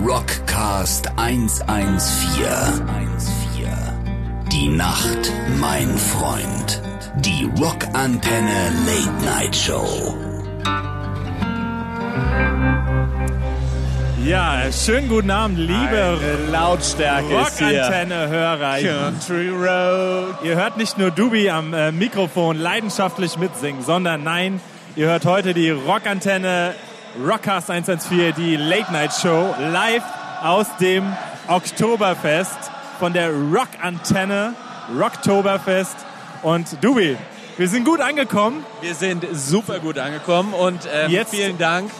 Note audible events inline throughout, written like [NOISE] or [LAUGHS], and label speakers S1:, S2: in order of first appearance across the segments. S1: Rockcast 114. Die Nacht, mein Freund. Die Rockantenne Late Night Show.
S2: Ja, schönen guten Abend, liebe
S3: Eine Lautstärke ist hier.
S2: Rockantenne-Hörer. Ihr-
S3: Country Road.
S2: Ihr hört nicht nur Dubi am äh, Mikrofon leidenschaftlich mitsingen, sondern nein, ihr hört heute die Rockantenne Rockcast 114, die Late Night Show, live aus dem Oktoberfest von der Rockantenne Rocktoberfest. Und Dubi, wir sind gut angekommen.
S3: Wir sind super gut angekommen und ähm,
S2: Jetzt-
S3: vielen Dank.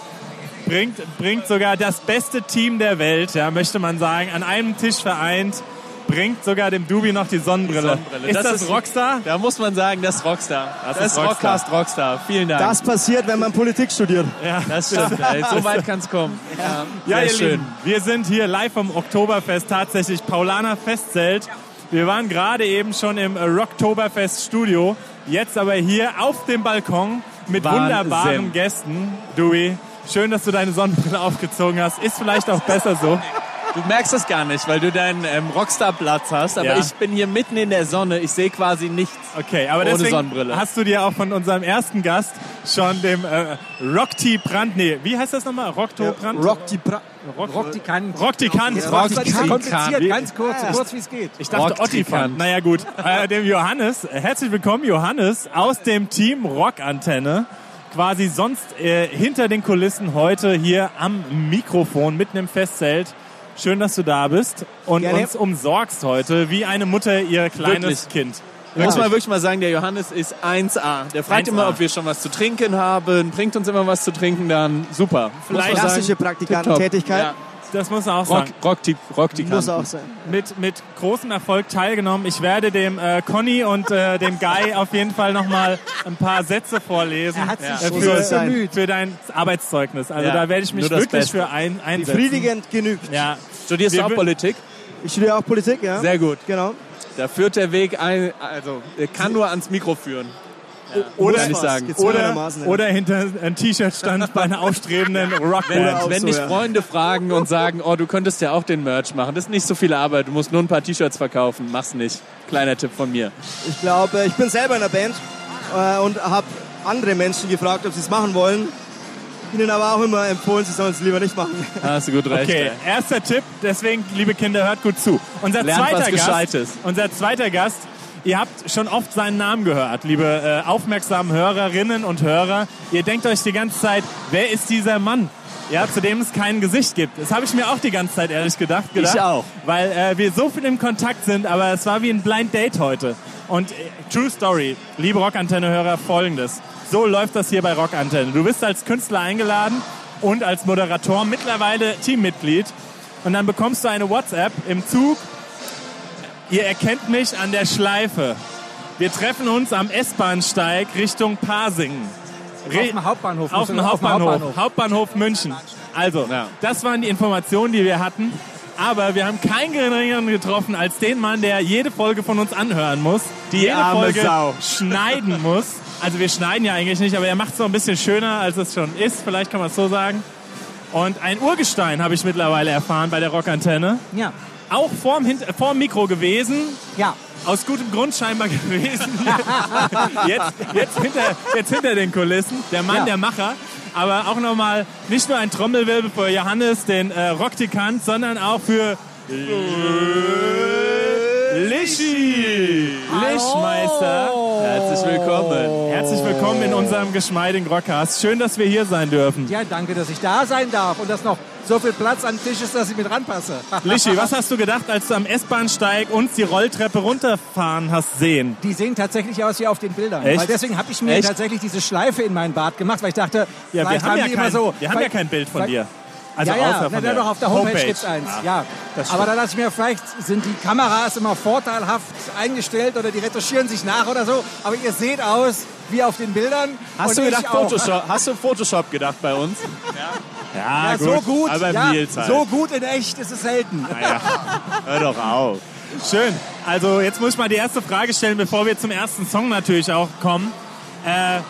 S2: bringt, bringt sogar das beste Team der Welt, ja, möchte man sagen, an einem Tisch vereint, bringt sogar dem Dubi noch die Sonnenbrille.
S3: Sonnenbrille.
S2: Ist das,
S3: Das ist-
S2: Rockstar?
S3: Da muss man sagen, das ist Rockstar. Das,
S2: ist
S3: ist
S2: Rockstar.
S3: Rockcast Rockstar. Vielen Dank.
S4: Das passiert, wenn man Politik studiert.
S2: Ja,
S3: das stimmt. Ey, so [LAUGHS] weit kann es kommen. Ja,
S2: ja
S3: sehr
S2: ihr
S3: schön.
S2: Lieben, wir sind hier live vom Oktoberfest, tatsächlich Paulaner Festzelt. Wir waren gerade eben schon im äh, Rocktoberfest Studio, jetzt aber hier auf dem Balkon mit
S3: Wahnsinn.
S2: wunderbaren Gästen. Dubi, schön, dass du deine Sonnenbrille aufgezogen hast. Ist vielleicht auch besser so.
S3: Du merkst das gar nicht, weil du deinen ähm, Rockstar-Platz hast, aber
S2: Ja.
S3: ich bin hier mitten in der Sonne. Ich sehe quasi nichts.
S2: Okay, aber
S3: Ohne
S2: deswegen
S3: Sonnenbrille.
S2: hast du dir auch von unserem ersten Gast schon dem äh, Rockti Brand, nee, wie heißt das nochmal? Rockto Brand?
S4: Rock die pra
S2: Rock,
S5: Rock die Kant.
S2: Rockti Kant.
S5: Das war
S3: Rock die
S5: zwar
S3: Kant.
S5: kompliziert,
S2: Wie-
S5: ganz kurz, so kurz wie es geht.
S2: Ich dachte
S3: Rock
S2: Otti
S3: die
S2: Brand.
S3: Kant.
S2: Naja gut, äh, dem Johannes, herzlich willkommen Johannes aus dem Team Rockantenne. Quasi sonst äh, hinter den Kulissen heute hier am Mikrofon mitten im Festzelt. Schön, dass du da bist und
S5: Gerne.
S2: uns umsorgst heute wie eine Mutter ihr kleines
S3: Wirklich.
S2: Kind.
S3: Muss man wirklich mal sagen, der Johannes ist 1A. Der fragt
S2: 1A.
S3: immer, ob wir schon was zu trinken haben, bringt uns immer was zu trinken, dann super.
S2: Vielleicht-
S3: Muss man sagen,
S4: Klassische Praktikantentätigkeit.
S3: tipptopp.
S2: Das muss man auch
S3: Ja. Rock,
S2: sagen.
S3: Rock, die, Rock die
S4: Muss
S3: Kanten.
S4: auch sein.
S2: mit, mit großem Erfolg teilgenommen. Ich werde dem äh, Conny und äh, dem Guy auf jeden Fall nochmal ein paar Sätze vorlesen.
S5: Er hat sich
S2: äh,
S5: schon
S2: für,
S4: sein.
S2: für dein Arbeitszeugnis. Also
S3: Ja,
S2: da werde ich mich
S3: nur das
S2: wirklich
S3: Beste.
S2: für ein, einsetzen.
S4: Befriedigend genügt.
S2: Ja.
S3: Studierst
S2: Wir
S3: du auch
S2: wü-
S3: Politik?
S4: Ich studiere auch Politik, ja.
S3: Sehr gut.
S4: Genau.
S3: Da führt der Weg ein, also er kann nur ans Mikro führen.
S2: Oder,
S3: Muss ich sagen.
S2: oder,
S4: Gezwungenermaßen, ja.
S2: oder hinter ein T-Shirt stand bei einer aufstrebenden Rockband.
S4: auch
S3: Wenn
S4: so,
S3: dich
S4: ja.
S3: Freunde fragen und sagen, oh, du könntest ja auch den Merch machen, das ist nicht so viel Arbeit, du musst nur ein paar T-Shirts verkaufen, mach's nicht. Kleiner Tipp von mir.
S4: Ich glaube, ich bin selber in einer Band äh, und habe andere Menschen gefragt, ob sie es machen wollen. Ihnen aber auch immer empfohlen, sie sollen es lieber nicht machen.
S3: Da Ah, hast du gut recht.
S2: Okay,
S3: ey.
S2: erster Tipp, deswegen, liebe Kinder, hört gut zu. Unser
S3: Lernt was
S2: zweiter Gast,
S3: Gescheites.
S2: unser zweiter Gast, ihr habt schon oft seinen Namen gehört, liebe äh, aufmerksamen Hörerinnen und Hörer. Ihr denkt euch die ganze Zeit, wer ist dieser Mann? Ja, zu dem es kein Gesicht gibt. Das habe ich mir auch die ganze Zeit ehrlich gedacht. gedacht
S3: auch.
S2: Weil äh, wir so viel im Kontakt sind, aber es war wie ein Blind Date heute. Und äh, True Story, liebe Rockantenne-Hörer, folgendes. So läuft das hier bei Rockantenne. Du bist als Künstler eingeladen und als Moderator mittlerweile Teammitglied. Und dann bekommst du eine WhatsApp im Zug. Ihr erkennt mich an der Schleife. Wir treffen uns am S-Bahnsteig Richtung Pasingen.
S5: Auf dem Hauptbahnhof.
S2: Auf
S5: Muss
S2: dem
S5: man-
S2: Hauptbahnhof. Hauptbahnhof. München. Also,
S3: Ja.
S2: das waren die Informationen, die wir hatten. Aber wir haben keinen geringeren getroffen als den Mann, der jede Folge von uns anhören muss. Die jede
S3: arme
S2: Folge
S3: Sau.
S2: schneiden muss. Also wir schneiden ja eigentlich nicht, aber er macht es noch ein bisschen schöner, als es schon ist. Vielleicht kann man es so sagen. Und ein Urgestein habe ich mittlerweile erfahren bei der Rockantenne.
S5: [LAUGHS] Ja,
S2: Auch vorm, Hin äh, vorm Mikro gewesen,
S5: ja.
S2: aus gutem Grund scheinbar [LAUGHS]
S5: [LAUGHS]
S2: gewesen. jetzt, jetzt, hinter, jetzt hinter den Kulissen, der Mann,
S5: Ja.
S2: der Macher. Aber auch nochmal, nicht nur ein Trommelwirbel für Johannes, den äh, Rocktikant, sondern auch für Lischi, Lischmeister.
S3: Herzlich willkommen.
S2: Herzlich willkommen in unserem geschmeidigen Rockcast. Schön, dass wir hier sein dürfen.
S5: Ja, danke, dass ich da sein darf und dass noch so viel Platz am Tisch ist, dass ich mit ranpasse.
S2: Lischi,
S5: [LAUGHS]
S2: was hast du gedacht, als du am S-Bahnsteig uns die Rolltreppe runterfahren hast sehen?
S5: Die sehen tatsächlich aus wie auf den Bildern.
S2: Echt?
S5: Weil deswegen habe ich mir
S2: Echt?
S5: tatsächlich diese Schleife in meinen Bart gemacht, weil ich dachte,
S2: Ja, wir
S5: vielleicht
S2: haben, ja
S5: die
S2: kein,
S5: immer so.
S2: wir haben ja
S5: weil-
S2: kein Bild von
S5: weil-
S2: dir. Also
S5: ja, ja,
S2: außer
S5: na,
S2: von
S5: da
S2: der
S5: doch auf der Homepage, gibt's eins. Ja.
S2: das
S5: Aber
S2: stimmt.
S5: da dachte ich mir, vielleicht sind die Kameras immer vorteilhaft eingestellt oder die retuschieren sich nach oder so. Aber ihr seht aus wie auf den Bildern.
S3: Hast
S5: und
S3: du
S5: ich
S3: gedacht,
S5: auch.
S3: Photoshop, hast du Photoshop gedacht bei uns?
S2: Ja,
S5: Ja, so gut,
S2: Aber
S5: ja,
S2: viel Zeit.
S5: so gut in echt ist es selten.
S3: Hör doch auf.
S2: Schön. Also jetzt muss ich mal die erste Frage stellen, bevor wir zum ersten Song natürlich auch kommen. Äh,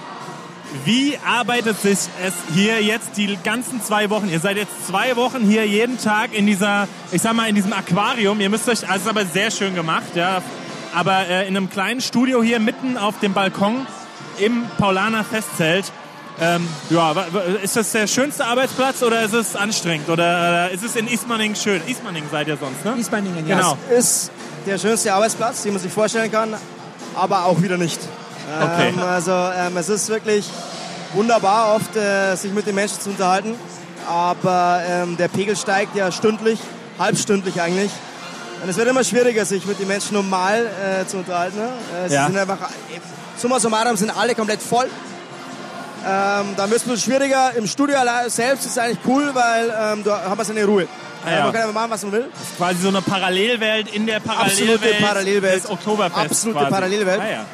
S2: Wie arbeitet sich es hier jetzt die ganzen zwei Wochen? Ihr seid jetzt zwei Wochen hier jeden Tag in dieser, ich sag mal, in diesem Aquarium. Ihr müsst euch, also es ist aber sehr schön gemacht, ja. Aber äh, in einem kleinen Studio hier mitten auf dem Balkon im Paulaner Festzelt. Ähm, ja, wa- wa- ist das der schönste Arbeitsplatz oder ist es anstrengend? Oder äh, ist es in Ismaning schön? Ismaning seid ihr sonst, ne?
S5: Ismaningen, ja.
S2: Genau.
S4: Ist der schönste Arbeitsplatz, den man sich vorstellen kann, aber auch wieder nicht.
S2: Okay.
S4: Ähm, also ähm, es ist wirklich wunderbar, oft äh, sich mit den Menschen zu unterhalten, aber ähm, der Pegel steigt ja stündlich, halbstündlich eigentlich. Und es wird immer schwieriger, sich mit den Menschen normal äh, zu unterhalten. Ne? Äh, sie
S2: Ja.
S4: sind einfach, summa summarum sind alle komplett voll. Ähm, da wird es schwieriger. Im Studio alle- selbst ist es eigentlich cool, weil ähm, da hat man seine Ruhe.
S2: Ah, ja.
S4: Man kann einfach machen, was man will.
S2: Quasi so eine Parallelwelt in der Parallelwelt.
S4: Absolute Parallelwelt.
S2: Des Oktoberfest.
S4: Absolute
S2: quasi.
S4: Parallelwelt.
S2: Ah, ja.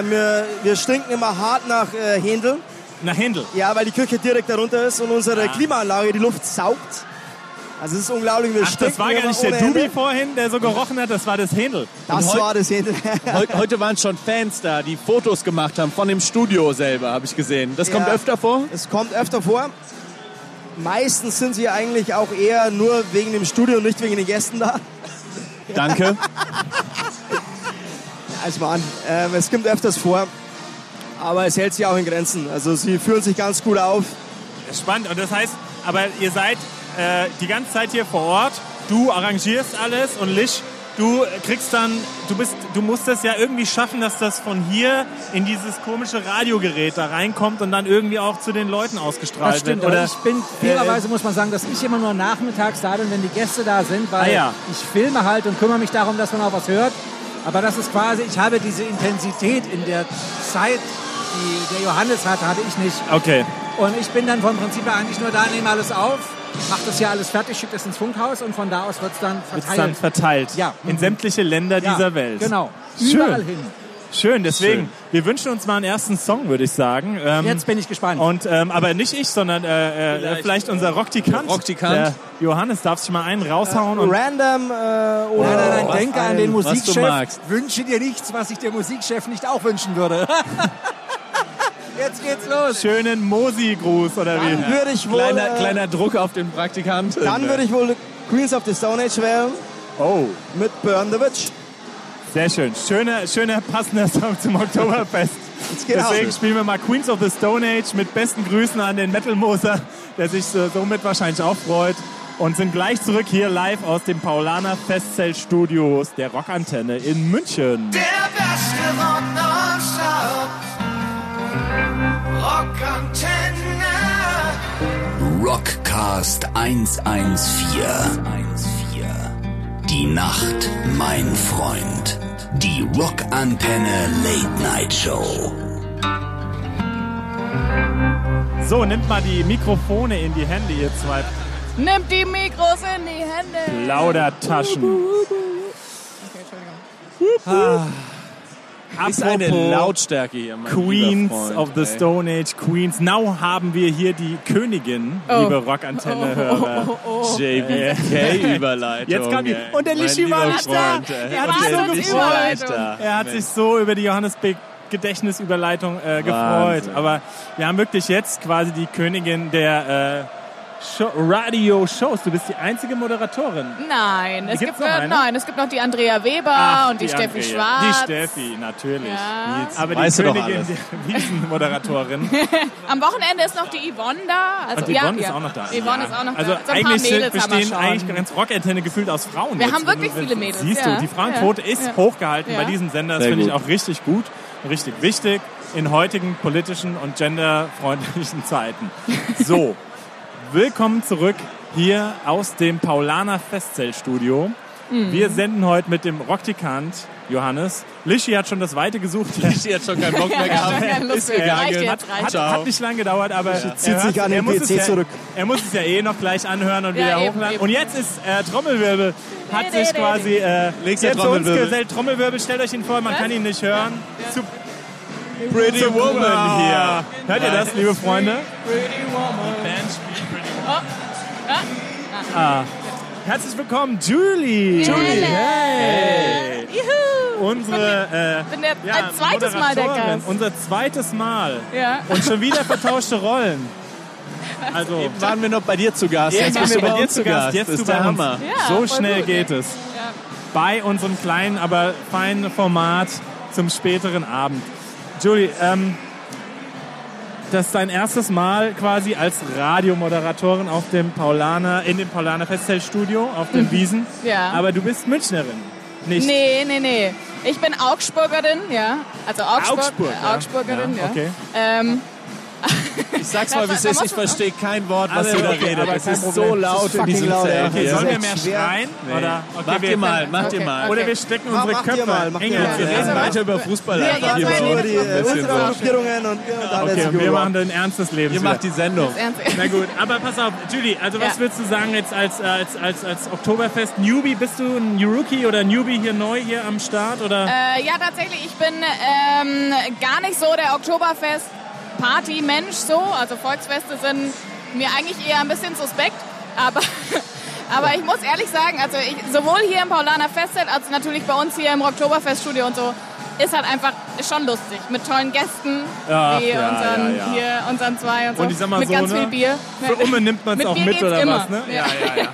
S4: Ähm, wir, wir stinken immer hart nach äh, Händel.
S2: Nach Händel.
S4: Ja, weil die Küche direkt darunter ist und unsere
S2: Ah.
S4: Klimaanlage die Luft saugt. Also es ist unglaublich, wir
S2: Ach,
S4: stinken
S2: das war gar
S4: immer
S2: nicht der
S4: ohne
S2: Dubi
S4: Ende.
S2: vorhin, der so gerochen hat, das war das Händel.
S4: Das
S3: Und heu-
S4: war
S2: [LAUGHS]
S4: das Händel.
S3: Heu heute waren schon Fans da, die Fotos gemacht haben von dem Studio selber, habe ich gesehen. Das kommt
S4: Ja.
S3: öfter vor?
S4: es kommt öfter vor. Meistens sind sie eigentlich auch eher nur wegen dem Studio und nicht wegen den Gästen da.
S3: Danke.
S4: Also mal an. Ähm, es kommt öfters vor. Aber es hält sich auch in Grenzen. Also sie fühlen sich ganz cool auf.
S2: [LAUGHS] Spannend. Und das heißt, aber ihr seid äh, die ganze Zeit hier vor Ort. Du arrangierst alles und Lisch, du kriegst dann, du bist, du musst es ja irgendwie schaffen, dass das von hier in dieses komische Radiogerät da reinkommt und dann irgendwie auch zu den Leuten ausgestrahlt
S5: Das stimmt,
S2: wird.
S5: oder?
S2: Also, Oder äh,
S5: Ich bin, fairerweise muss man sagen, dass ich immer nur nachmittags da bin, wenn die Gäste da sind, weil
S2: Ah, ja.
S5: ich filme halt und kümmere mich darum, dass man auch was hört. Aber das ist quasi, ich habe diese Intensität in der Zeit, die der Johannes hatte, hatte ich nicht.
S2: okay.
S5: Und ich bin dann vom Prinzip her eigentlich nur da, nehme alles auf, mache das hier alles fertig, schicke das ins Funkhaus und von da aus wird es dann
S2: Wird
S5: verteilt.
S2: dann verteilt
S5: Ja. Mhm.
S2: in sämtliche Länder
S5: Ja,
S2: dieser Welt.
S5: Genau,
S2: Schön.
S5: überall hin.
S2: Schön, deswegen, wir wünschen uns mal einen ersten Song, würde ich sagen. Ähm,
S5: Jetzt bin ich gespannt.
S2: Und ähm, aber nicht ich, sondern äh, äh, vielleicht,
S3: Vielleicht,
S2: unser Rocktikant.
S3: Rocktikant.
S2: Der Johannes, darfst du mal einen raushauen? und
S4: Random äh, oder
S5: Nein, nein, nein, denke an den
S3: was du
S5: Musikchef.
S3: magst.
S5: Wünsche dir nichts, was ich der Musikchef nicht auch wünschen würde. Jetzt geht's los.
S2: schönen Mosi-Gruß oder wie?
S4: Dann würde ich wohl,
S3: Kleiner,
S4: äh,
S3: kleiner Druck auf den Praktikanten.
S4: dann würde ich wohl Queens of the Stone Age wählen
S2: Oh,
S4: mit Burn the Witch.
S2: sehr schön. Schöner, schöner passender Song zum Oktoberfest.
S3: [LAUGHS]
S4: Genau.
S2: Deswegen spielen wir mal Queens of the Stone Age mit besten Grüßen an den Metal Moser, der sich äh, somit wahrscheinlich auch freut. Und sind gleich zurück hier live aus dem Paulaner Festzelt-Studios der Rockantenne in München.
S6: Der beste Rock nonstop. Rockantenne.
S1: Rockcast 114. Die Nacht, mein Freund. Die Rockantenne Late Night Show.
S2: So, nimmt mal die Mikrofone in die Hände, ihr zwei
S7: Nimmt die Mikros in die Hände.
S2: Plaudertaschen.
S7: Okay, Entschuldigung.
S3: ist eine
S2: Ah. Apropos
S3: Lautstärke hier, mein
S2: Queens
S3: lieber Freund,
S2: of the
S3: ey.
S2: Stone Age, Queens. Now haben wir hier die Königin,
S7: Oh.
S2: liebe
S7: [LAUGHS]
S2: Rockantenne-Hörer.
S3: JBK-Überleitung.
S2: Jetzt kam die-
S3: ey.
S2: und der
S3: Mein
S2: Lishi war
S3: lieber
S2: nicht da.
S3: Freund, ey.
S2: Er hat
S3: Und
S2: sich
S3: der
S2: so
S3: Lishi
S2: gefreut.
S3: war nicht da.
S2: Er hat sich so über die Johannes Beck Gedächtnisüberleitung äh, gefreut.
S3: Wahnsinn.
S2: Aber wir haben wirklich jetzt quasi die Königin der äh, Show, Radio-Shows. Du bist die einzige Moderatorin.
S7: Nein, es
S2: Gibt's
S7: gibt,
S2: noch
S7: äh,
S2: eine?
S7: nein, es gibt noch die Andrea Weber
S2: Ach,
S7: und die, Steffi
S2: Andrea.
S7: Schwarz.
S2: Die Steffi, natürlich.
S7: Ja.
S2: Aber
S3: weißt
S2: die
S3: du doch
S2: Königin
S3: alles.
S2: der [LAUGHS] Wiesenmoderatorin.
S7: Am Wochenende ist noch die Yvonne da. Also,
S2: Und die
S7: ja,
S2: Yvonne
S7: ja.
S2: ist auch noch da.
S7: Yvonne
S2: Ja.
S7: ist auch noch
S2: also
S7: da. So ein paar
S2: eigentlich
S7: Mädels haben
S2: bestehen
S7: wir
S2: eigentlich
S7: schon.
S2: ganz Rockantenne gefühlt aus Frauen.
S7: Wir
S2: jetzt.
S7: haben wirklich
S2: Wenn du-
S7: viele Mädels,
S2: Siehst
S7: ja.
S2: du, die Frauenquote
S7: Ja.
S2: ist
S7: Ja.
S2: hochgehalten bei
S7: Ja.
S2: diesem Sender. Das
S3: Sehr
S2: finde ich
S3: gut.
S2: auch richtig gut und richtig wichtig in heutigen politischen und genderfreundlichen [LAUGHS] Zeiten. So, willkommen zurück hier aus dem Paulaner Festzeltstudio.
S7: Mhm.
S2: Wir senden heute mit dem Rocktikant Johannes. Lischi hat schon das Weite
S3: [LAUGHS]
S2: gesucht.
S3: Lishi hat schon keinen Bock mehr
S7: [LAUGHS] Ja,
S3: gehabt.
S7: lustig.
S3: Ist gegangen.
S7: Reicht jetzt, reicht.
S2: genau. Hat,
S3: Ciao.
S2: hat nicht lange gedauert, aber er
S4: zieht
S2: hört-
S4: sich an
S2: er
S4: den
S2: muss es
S4: PC
S2: ja,
S4: zurück.
S2: Er muss es ja eh noch gleich anhören und
S7: Ja,
S2: wieder
S7: eben,
S2: hochladen.
S7: eben.
S2: Und jetzt ist äh, Trommelwirbel, hat sich quasi äh,
S3: Nächster
S2: hier zu uns
S3: Trommelwirbel.
S2: gesellt. Trommelwirbel, stellt euch ihn vor, man kann ihn nicht hören. Zu
S3: Pretty Woman hier.
S2: hier. Hört ihr das, liebe Freunde?
S7: Oh,
S2: Herzlich Ah. willkommen, Julie.
S7: Julie. Juhu.
S2: unsere äh,
S7: bin der,
S2: ja,
S7: ein zweites Mal der
S2: Moderatorin.
S7: Gast.
S2: Unser zweites Mal.
S7: Ja.
S2: Und schon wieder vertauschte Rollen. Also,
S3: Waren wir noch bei dir zu Gast?
S2: jetzt
S3: bist
S2: bist du
S3: du
S2: bei dir
S3: uns
S2: zu Gast, jetzt
S3: das
S2: du
S3: ist
S2: bei
S3: der
S2: uns.
S3: Hammer.
S7: Ja,
S2: so
S7: voll
S2: schnell
S7: gut.
S2: geht es. Bei unserem kleinen, aber feinen Format zum späteren Abend. Julie, ähm, das ist dein erstes Mal quasi als Radiomoderatorin auf dem Paulaner, in dem Paulaner Festzeltstudio auf den Wiesen.
S7: Mhm. Ja.
S2: Aber du bist Münchnerin, nicht?
S7: Nee, nee, nee. Ich bin Augsburgerin, ja. Also Augsburg,
S2: Augsburg,
S7: äh,
S2: ja.
S7: Augsburgerin, ja.
S2: Ja, okay.
S7: Ähm,
S3: Ich sag's mal, wie es
S7: Da
S3: ist.
S7: muss
S3: Ich
S7: man-
S3: verstehe kein Wort, was
S2: Also,
S3: ihr da
S2: okay,
S3: redet.
S2: aber
S3: Es
S2: kein
S3: ist
S2: Problem.
S3: so
S2: Es ist
S3: laut in
S4: fucking
S3: diesem
S4: laut, ja.
S3: Zelt.
S4: Okay,
S2: Okay,
S3: hier.
S2: sollen wir mehr
S4: Schwer.
S2: schreien?
S3: Nee.
S2: Oder, okay,
S3: Macht
S2: wir,
S3: ihr mal, macht ihr
S7: Okay,
S3: mal.
S7: okay.
S2: Oder wir stecken
S4: Mach-
S2: unsere
S4: macht ihr
S2: Köpfe.
S4: mal, macht ihr
S2: Engel,
S4: mal.
S2: wir
S3: Wir
S2: reden
S3: reden
S2: weiter.
S3: weiter über Fußball.
S7: Ja,
S3: einfach
S7: jetzt
S3: hier.
S7: mal
S4: Über
S7: redet
S4: die
S7: man.
S4: äh,
S3: Bisschen so.
S4: unsere Gruppierungen und ja, und alles
S2: Okay, und wir
S4: Jura.
S2: machen dein ernstes Leben.
S3: Ihr macht die Sendung.
S7: ernst. [LAUGHS]
S2: Na gut, aber pass auf, Julie, also was
S7: Ja.
S2: würdest du sagen jetzt als, äh, als, als, als Oktoberfest-Newbie? Bist du ein Rookie oder Newbie hier neu hier am Start? Oder?
S7: Äh, ja, tatsächlich, ich bin ähm, gar nicht so der Oktoberfest-Party-Mensch so. Also Volksfeste sind mir eigentlich eher ein bisschen suspekt. Aber, [LAUGHS] aber ich muss ehrlich sagen, also ich, sowohl hier im Paulaner Festzelt als natürlich bei uns hier im Oktoberfeststudio und so, ist halt einfach ist schon lustig. Mit tollen Gästen,
S2: Ach,
S7: wie
S2: ja, ja,
S7: unseren,
S2: ja.
S7: Hier, unseren zwei und so.
S2: Und ich sag mal
S7: mit
S2: so,
S7: ganz
S2: ne?
S7: viel Bier.
S2: Für Umme nimmt man es
S7: Mit
S2: auch
S7: Bier
S2: mit
S7: geht's
S2: oder
S7: immer.
S2: was? Ne?
S7: Ja.
S2: ja, ja.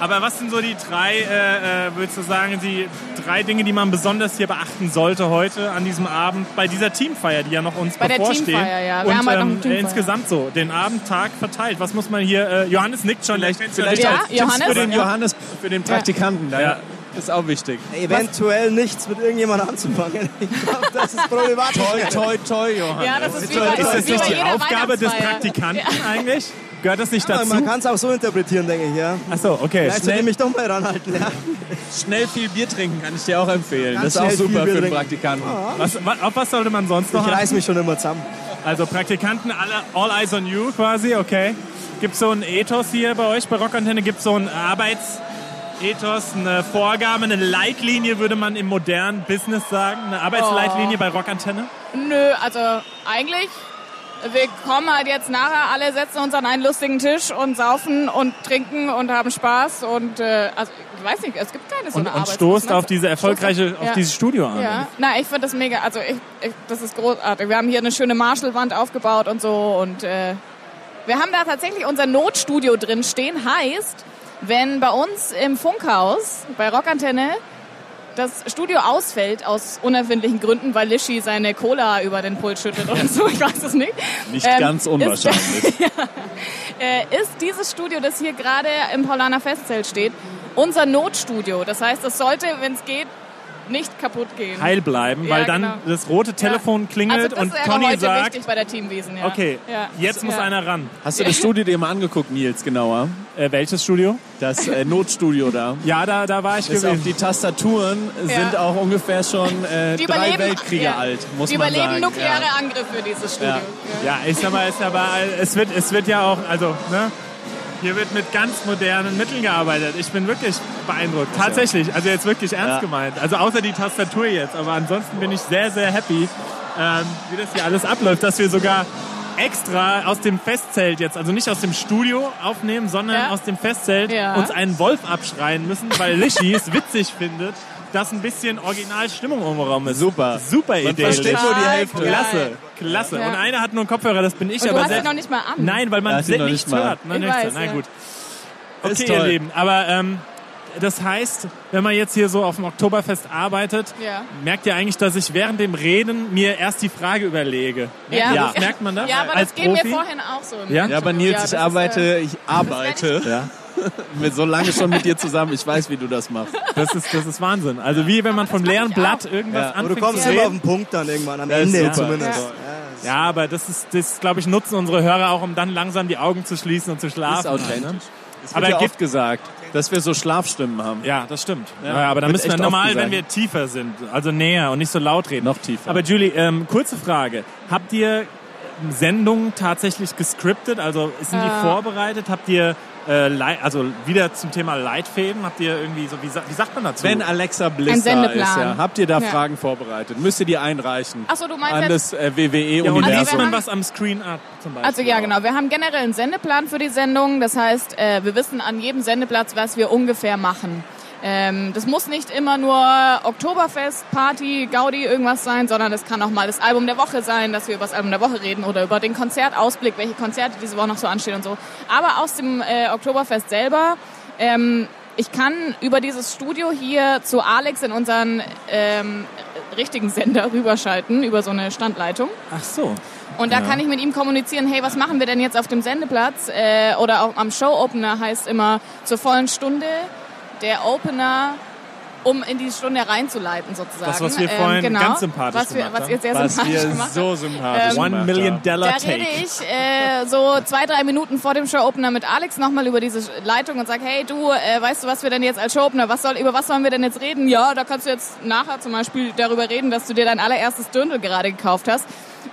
S2: Aber was sind so die drei, äh, äh, würdest du sagen, die drei Dinge, die man besonders hier beachten sollte heute an diesem Abend bei dieser Teamfeier, die ja noch uns
S7: Bei der
S2: bevorsteht?
S7: Teamfeier, ja. Wir
S2: Und
S7: haben heute noch eine
S2: ähm,
S7: Teamfeier.
S2: insgesamt so, den Abendtag verteilt. Was muss man hier, äh, Johannes nickt schon,
S3: Vielleicht,
S2: kennt's
S3: vielleicht
S7: Ja,
S3: als Tipps
S7: Johannes?
S3: für den
S7: Ja.
S3: Johannes, für den Praktikanten. Da
S2: Ja.
S3: Ist auch wichtig.
S4: Eventuell nichts mit irgendjemandem anzufangen. [LAUGHS] Ich glaube, das ist problematisch.
S3: Toi, toi, toi, Johannes.
S7: Ja, das ist wie
S3: Toi,
S7: bei,
S3: toi,
S2: Ist das
S7: wie
S2: nicht
S7: bei
S2: die
S7: jeder
S2: Aufgabe des
S7: Weihnachtsfeier.
S2: Praktikanten eigentlich? Gehört das nicht dazu?
S4: Man kann es auch so interpretieren, denke ich, ja.
S2: Achso, okay.
S4: Vielleicht sollte ich mich doch mal ranhalten. Ja.
S3: Schnell viel Bier trinken kann ich dir auch empfehlen. Das
S4: Ganz
S3: ist auch
S4: schnell viel
S3: super
S4: Bier
S3: für den
S4: trinken.
S3: Praktikanten.
S2: Was, wa- auf was sollte man sonst noch
S4: Ich
S2: achten?
S4: reiß mich schon immer zusammen.
S2: Also Praktikanten, alle, all eyes on you quasi, okay. Gibt es so einen Ethos hier bei euch bei Rockantenne? Gibt es so einen Arbeitsethos, eine Vorgabe, eine Leitlinie, würde man im modernen Business sagen? Eine
S7: Oh.
S2: Arbeitsleitlinie bei Rockantenne?
S7: Nö, also eigentlich, wir kommen halt jetzt nachher, alle setzen uns an einen lustigen Tisch und saufen und trinken und haben Spaß und, äh, also, ich weiß nicht, es gibt keine so
S2: Und,
S7: eine
S2: und
S7: Arbeit.
S2: stoßt auf diese erfolgreiche,
S7: Stoßt
S2: auf dieses Studio an.
S7: Ja, na, ich finde das mega, also ich, ich, das ist großartig. Wir haben hier eine schöne Marshallwand aufgebaut und so und äh, wir haben da tatsächlich unser Notstudio drin stehen. Heißt, wenn bei uns im Funkhaus, bei Rockantenne, das Studio ausfällt aus unerfindlichen Gründen, weil Lischi seine Cola über den Pult schüttet oder so, ich weiß es nicht.
S3: Nicht
S7: Ähm,
S3: ganz
S7: ist-
S3: unwahrscheinlich.
S7: äh, ist dieses Studio, das hier gerade im Paulaner Festzelt steht, unser Notstudio. Das heißt, es sollte, wenn es geht, nicht kaputt gehen.
S2: Heil bleiben,
S7: Ja,
S2: weil dann
S7: genau.
S2: das rote Telefon
S7: also
S2: klingelt
S7: das
S2: und
S7: wäre
S2: Conny
S7: heute
S2: sagt,
S7: wichtig bei der Teamwiesen, ja.
S2: okay,
S7: ja.
S2: jetzt muss
S7: ja.
S2: einer ran.
S3: [LAUGHS] Hast du das Studio dir mal angeguckt, Nils, genauer?
S2: Äh, welches Studio?
S3: Das äh, Notstudio da.
S2: Ja, da, da war ich
S3: Bis auf
S2: gewesen.
S3: die Tastaturen sind
S7: Ja.
S3: auch ungefähr schon äh,
S7: Die
S3: drei
S7: überleben-
S3: Weltkriege
S7: ja.
S3: alt, muss
S7: Die
S3: man
S7: überleben
S3: sagen.
S7: nukleare
S3: ja.
S7: Angriffe, dieses Studio.
S3: Ja.
S2: Ja, ich sag mal, es, ist ja bei- es, wird, es wird ja auch, also, ne? Hier wird mit ganz modernen Mitteln gearbeitet. Ich bin wirklich beeindruckt. Tatsächlich, also jetzt wirklich ernst
S3: Ja.
S2: gemeint. Also außer die Tastatur jetzt, aber ansonsten bin ich sehr, sehr happy, ähm, wie das hier alles abläuft, dass wir sogar extra aus dem Festzelt jetzt, also nicht aus dem Studio aufnehmen, sondern
S7: Ja.
S2: aus dem Festzelt
S7: Ja.
S2: uns einen Wolf abschreien müssen, weil Lishi es witzig findet, dass ein bisschen Originalstimmung im Raum ist.
S3: Super.
S2: Super
S3: Man
S2: Idee.
S3: versteht
S2: Lishi.
S3: nur die
S7: Stark,
S3: Hälfte.
S7: ja.
S2: Klasse, klasse.
S7: Ja.
S2: Und einer hat nur einen Kopfhörer, das bin ich.
S7: Und du
S2: aber
S7: hast
S2: sehr-
S7: ihn noch nicht mal an.
S2: Nein, weil
S3: Er
S2: man
S3: hat ihn
S2: sehr
S3: noch
S2: nichts
S3: nicht mal.
S2: hört. Man
S7: Ich
S2: nichts
S7: weiß,
S2: hört. Na
S7: ja.
S2: gut.
S3: Ist
S2: Okay, ihr
S3: toll.
S2: Lieben, aber ähm, das heißt, wenn man jetzt hier so auf dem Oktoberfest arbeitet,
S7: Ja.
S2: merkt ihr eigentlich, dass ich während dem Reden mir erst die Frage überlege.
S7: Ja.
S2: Merkt- Das merkt man da?
S7: Ja, aber
S2: Als
S7: das geht
S2: Profi?
S7: mir vorhin auch so. im
S2: Ja?
S3: Ja, aber
S7: Ja,
S3: Nils,
S7: das
S3: ich
S7: ist, äh,
S3: arbeite, ich
S7: werd
S3: arbeite ja. Mit- so lange schon mit dir zusammen. Ich weiß, wie du das machst.
S2: Das ist, das ist Wahnsinn. Also wie wenn man
S7: das
S2: vom
S7: mach
S2: leeren
S7: ich auch.
S2: Blatt irgendwas
S3: Ja.
S2: anfängt
S4: Aber du kommst
S2: zu
S4: immer auf
S2: reden.
S4: den Punkt dann irgendwann, am
S3: Das ist
S4: Ende
S3: super.
S4: zumindest.
S7: Ja.
S2: Ja, aber das ist, das glaube ich, nutzen unsere Hörer auch, um dann langsam die Augen zu schließen und zu schlafen.
S3: Ist authentisch. Es
S2: ne? Aber
S3: wird ja
S2: gibt-
S3: oft gesagt, dass wir so Schlafstimmen haben.
S2: Ja, das stimmt. Ja, aber dann
S3: Wird
S2: müssen wir
S3: echt
S2: normal,
S3: oft gesagt.
S2: wenn wir tiefer sind, also näher und nicht so laut reden.
S3: Noch tiefer.
S2: Aber Julie, ähm, kurze Frage. Habt ihr Sendungen tatsächlich gescriptet? Also sind
S7: Äh.
S2: die vorbereitet? Habt ihr, äh, Lei- also wieder zum Thema Leitfäden, habt ihr irgendwie so, wie, sa- wie sagt man dazu?
S3: Wenn Alexa Bliss
S7: Ein
S3: da ist,
S7: Sendeplan.
S3: ja, habt ihr da
S7: Ja.
S3: Fragen vorbereitet? Müsst ihr die einreichen?
S7: Ach so, du meinst
S3: An das
S7: jetzt-
S2: ja, und
S3: äh,
S7: Also
S2: liest
S7: wir
S2: man
S3: WWE-Universum.
S7: haben-
S2: was am Screen ab zum Beispiel?
S7: Also ja, genau. Wir haben generell einen Sendeplan für die Sendung. Das heißt, äh, wir wissen an jedem Sendeplatz, was wir ungefähr machen. Ähm, das muss nicht immer nur Oktoberfest, Party, Gaudi, irgendwas sein, sondern das kann auch mal das Album der Woche sein, dass wir über das Album der Woche reden oder über den Konzertausblick, welche Konzerte diese Woche noch so anstehen und so. Aber aus dem äh, Oktoberfest selber, ähm, ich kann über dieses Studio hier zu Alex in unseren ähm, richtigen Sender rüberschalten, über so eine Standleitung.
S2: Ach so.
S7: Und da kann ich mit ihm kommunizieren, hey, was machen wir denn jetzt auf dem Sendeplatz? Äh, oder auch am Show-Opener heißt immer zur vollen Stunde der Opener, um in die Stunde reinzuleiten sozusagen.
S2: Das, was wir vorhin
S7: genau,
S2: ganz sympathisch
S7: was wir,
S2: gemacht
S7: Was ihr sehr
S3: Was
S7: sympathisch
S3: wir
S7: gemacht
S3: so sympathisch
S7: Ähm,
S2: One
S3: gemacht
S2: Million
S3: haben.
S2: Dollar
S7: da
S2: Take.
S7: rede ich äh, so zwei, drei Minuten vor dem Showopener mit Alex nochmal über diese Leitung und sage, hey du, äh, weißt du, was wir denn jetzt als Showopener, was soll, über was sollen wir denn jetzt reden? Ja, da kannst du jetzt nachher zum Beispiel darüber reden, dass du dir dein allererstes Dirndl gerade gekauft hast.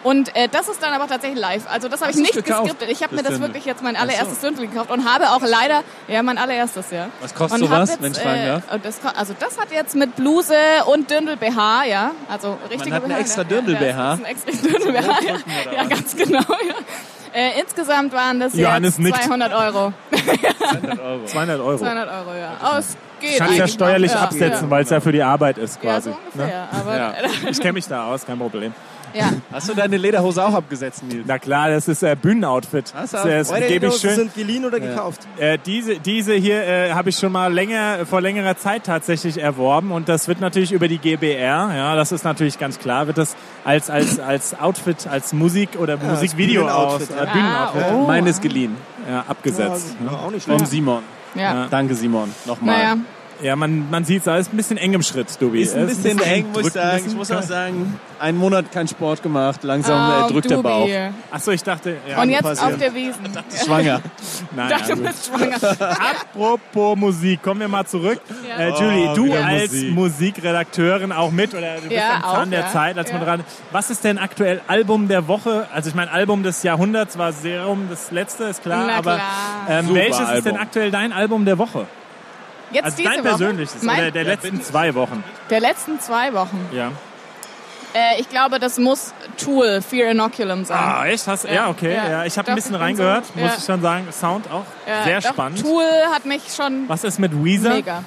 S7: Und äh, das ist dann aber tatsächlich live. Also das habe ich
S3: Hast du's
S7: nicht
S3: gekauft,
S7: geskriptet. Ich
S3: das
S7: habe mir das
S3: Dirndl?
S7: wirklich jetzt mein allererstes Dirndl gekauft und habe auch leider, ja, mein allererstes, ja.
S3: Was kostet
S7: Und hab
S3: sowas,
S7: jetzt,
S3: wenn ich fragen darf?
S7: und das, ko- also das hat jetzt mit Bluse und Dirndl BH, ja, also richtige
S3: hat einen
S7: BH,
S3: extra
S7: ja.
S3: Dirndl
S7: ja, das
S3: BH.
S7: ist ein extra Dirndl BH. Ja, ja ganz genau. Ja. Äh, insgesamt waren das
S2: Johannes Oh.
S7: jetzt
S2: nickt.
S7: 200 Euro.
S2: 200 Euro.
S7: 200 Euro, ja. Oh, es geht
S2: Kannst ja
S7: eigentlich
S2: steuerlich
S7: noch. ja,
S2: absetzen, weil es ja für die Arbeit ist
S7: Ja, ja
S2: quasi.
S7: so ungefähr.
S2: Ne?
S7: Aber
S3: Ja.
S7: [LAUGHS] ja.
S2: Ich kenne mich da aus, kein Problem.
S3: Hast du deine Lederhose auch abgesetzt, Nils?
S2: Na klar, das ist äh, Bühnenoutfit.
S3: Was?
S4: Also
S2: das das gebe
S4: Eure
S2: ich
S4: Lederhosen
S2: schön.
S4: sind geliehen oder gekauft?
S2: Äh, diese, diese hier äh, habe ich schon mal länger, vor längerer Zeit tatsächlich erworben und das wird natürlich über die GBR, ja, das ist natürlich ganz klar, wird das als, als, als Outfit, als Musik oder Musikvideo aus,
S4: Bühnenoutfit,
S2: äh,
S4: ja.
S2: Bühnenoutfit
S7: Ah, oh.
S3: Meines geliehen.
S2: ja, abgesetzt.
S4: Ja, Also auch nicht
S3: Vom
S4: schlecht.
S3: Simon.
S7: ja.
S2: Ja.
S3: Danke, Simon. Nochmal.
S7: Naja,
S2: Ja, man, man sieht es, ist ein bisschen eng im Schritt, Dubi.
S3: Ist ein
S2: Es
S3: bisschen eng, muss ich
S2: drückt ein
S3: sagen.
S2: bisschen.
S3: Ich muss auch sagen, einen Monat kein Sport gemacht, langsam äh, drückt der
S7: Oh, Dubi.
S3: Bauch.
S2: Ach so, ich dachte, ja,
S7: Ähm, Und jetzt
S4: passieren.
S7: auf der Wiesen.
S2: [LAUGHS]
S3: Schwanger.
S2: nein, also
S7: Ich dachte,
S2: ja,
S7: du
S2: gut.
S7: bist schwanger.
S2: Apropos Musik, kommen wir mal zurück.
S7: Ja.
S2: Äh, Julie,
S3: Oh,
S2: du
S3: wieder
S2: als
S3: Musik.
S2: Musikredakteurin auch mit oder du bist
S7: Ja,
S2: am Zahn
S7: auch,
S2: der
S7: ja.
S2: Zeit als
S7: Ja.
S2: Moderatorin. Was ist denn aktuell Album der Woche? Also ich meine, Album des Jahrhunderts war Serum das letzte, ist klar,
S7: Na
S2: aber
S7: klar.
S2: Ähm,
S3: Super
S2: welches ist denn
S3: Album.
S2: aktuell dein Album der Woche?
S7: Jetzt
S2: Also
S7: diese
S2: dein
S7: Woche.
S2: persönliches
S7: Mein,
S2: oder der letzten zwei Wochen.
S7: der letzten zwei Wochen.
S2: Ja.
S7: Äh, ich glaube, das muss Tool, Fear Inoculum sein.
S2: Ah, echt? Hast, ja,
S7: Ja,
S2: okay. Ja.
S7: ja.
S2: Ich habe
S7: Doch,
S2: ein bisschen
S7: ich bin
S2: reingehört,
S7: so-
S2: muss
S7: ja.
S2: ich schon sagen. Sound auch
S7: Ja,
S2: sehr
S7: Äh, doch,
S2: spannend.
S7: Tool hat mich schon
S2: Was ist mit Weezer?
S7: mega.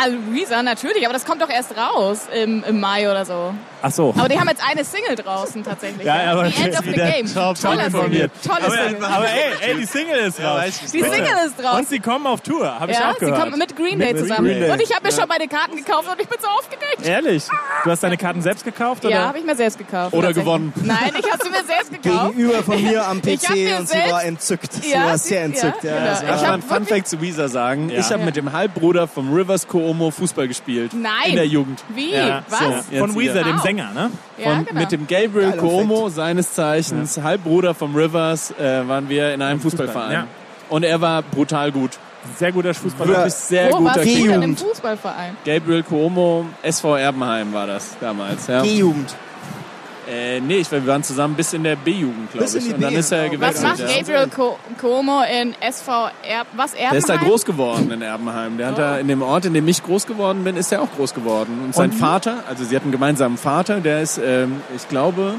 S7: Ah, Luisa, natürlich, aber das kommt doch erst raus im, im Mai oder so.
S2: Ach so.
S7: Aber die haben jetzt eine Single draußen tatsächlich.
S2: Ja, aber
S7: The End
S2: okay.
S7: of the
S2: Wieder
S7: Game.
S3: top
S7: Tolle Single.
S2: informiert.
S7: Tolle
S2: aber,
S7: Single.
S2: aber ey, ey, die Single ist raus.
S3: weiß ich
S7: Die Single ist
S2: Und
S7: draußen.
S2: sie kommen auf Tour, habe ich
S7: Ja,
S2: auch
S7: sie
S2: gehört.
S7: kommen mit Green Day zusammen.
S2: Green Day.
S7: Und ich habe mir schon meine Karten gekauft und ich bin so aufgeregt.
S2: Ehrlich? Du hast deine Karten selbst gekauft?
S7: Ja,
S2: Oder?
S7: habe ich mir selbst gekauft.
S3: Oder
S7: tatsächlich.
S3: gewonnen.
S7: Nein, ich habe sie mir
S2: [LAUGHS]
S7: selbst gekauft.
S4: Gegenüber von mir am
S7: Ich hab
S4: PC
S7: mir
S4: und sie
S7: selbst-
S4: war entzückt. Sie
S7: Ja,
S4: war
S7: sie-
S4: sehr
S7: ja,
S4: entzückct. Ja, also.
S7: genau.
S4: das war-
S3: Ich
S7: Ich
S3: kann
S7: hab
S3: einen Fun Fact zu Weezer sagen.
S2: Ja.
S3: Ich habe
S7: Ja.
S3: mit dem Halbbruder vom Rivers Cuomo Fußball gespielt.
S7: Nein.
S3: In der Jugend.
S7: Wie?
S2: Ja,
S7: Was?
S2: so.
S3: Jetzt
S2: Von
S3: wieder.
S2: Weezer, dem
S7: Wow.
S2: Sänger, ne?
S7: Ja,
S3: Von,
S7: genau.
S3: Mit dem Gabriel
S4: Geiler
S3: Cuomo, seines Zeichens, Halbbruder vom Rivers, äh, waren wir in einem Fußballverein.
S2: ja.
S3: Und er war brutal gut.
S2: Sehr guter
S4: Ja.
S2: Fußballer.
S3: Wirklich sehr
S7: Wo
S3: guter
S7: warst du Oh, denn
S3: Kicker.
S7: im Fußballverein?
S3: Gabriel Cuomo, SV Erbenheim war das damals. Ja.
S4: G-Jugend.
S3: Äh, nee, ich, wir waren zusammen bis in der B-Jugend, glaube
S4: Bis in
S3: ich.
S4: die
S3: Und dann
S4: B.
S3: ist er
S4: Was
S7: Was
S3: gewechselt.
S7: macht
S3: ja.
S7: Gabriel Co- Como in SV Erb... Was, Erbenheim?
S3: Der ist da groß geworden in Erbenheim. Der hat da in dem Ort, in dem ich groß geworden bin, ist er auch groß geworden. Und sein Vater, also sie hatten einen gemeinsamen Vater, der ist, ähm, ich glaube,